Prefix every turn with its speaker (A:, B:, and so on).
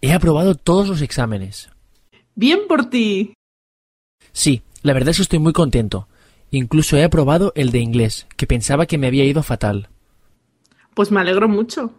A: He aprobado todos los exámenes.
B: Bien por ti.
A: Sí, la verdad es que estoy muy contento. Incluso he aprobado el de inglés, que pensaba que me había ido fatal.
B: Pues me alegro mucho.